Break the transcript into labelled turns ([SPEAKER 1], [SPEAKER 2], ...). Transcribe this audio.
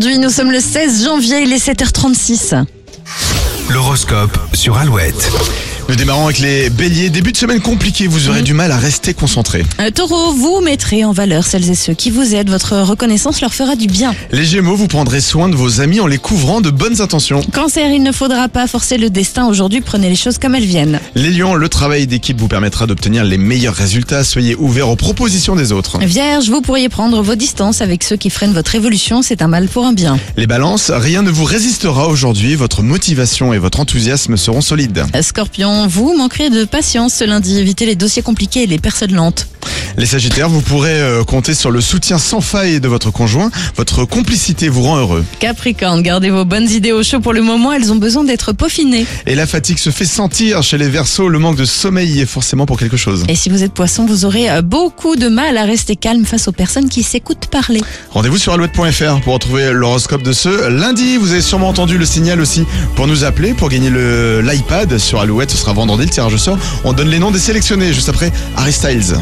[SPEAKER 1] Aujourd'hui, nous sommes le 16 janvier, il est 7h36.
[SPEAKER 2] L'horoscope sur Alouette.
[SPEAKER 3] Nous démarrons avec les béliers. Début de semaine compliqué, vous aurez du mal à rester concentré.
[SPEAKER 1] Euh, taureau, vous mettrez en valeur celles et ceux qui vous aident, votre reconnaissance leur fera du bien.
[SPEAKER 3] Les gémeaux, vous prendrez soin de vos amis en les couvrant de bonnes intentions.
[SPEAKER 1] Cancer, il ne faudra pas forcer le destin aujourd'hui, prenez les choses comme elles viennent.
[SPEAKER 3] Les lions, le travail d'équipe vous permettra d'obtenir les meilleurs résultats. Soyez ouverts aux propositions des autres.
[SPEAKER 1] Vierge, vous pourriez prendre vos distances avec ceux qui freinent votre évolution, c'est un mal pour un bien.
[SPEAKER 3] Les balances, rien ne vous résistera aujourd'hui. Votre motivation et votre enthousiasme seront solides.
[SPEAKER 1] Euh, Scorpion, vous manquerez de patience ce lundi, évitez les dossiers compliqués et les personnes lentes.
[SPEAKER 3] Les sagittaires, vous pourrez euh, compter sur le soutien sans faille de votre conjoint. Votre complicité vous rend heureux.
[SPEAKER 1] Capricorne, gardez vos bonnes idées au chaud pour le moment, elles ont besoin d'être peaufinées.
[SPEAKER 3] Et la fatigue se fait sentir chez les versos. Le manque de sommeil y est forcément pour quelque chose.
[SPEAKER 1] Et si vous êtes poisson, vous aurez euh, beaucoup de mal à rester calme face aux personnes qui s'écoutent parler.
[SPEAKER 3] Rendez-vous sur alouette.fr pour retrouver l'horoscope de ce lundi. Vous avez sûrement entendu le signal aussi pour nous appeler, pour gagner le- l'iPad sur Alouette. Ce sera vendredi le tirage au sort. On donne les noms des sélectionnés juste après Harry Styles.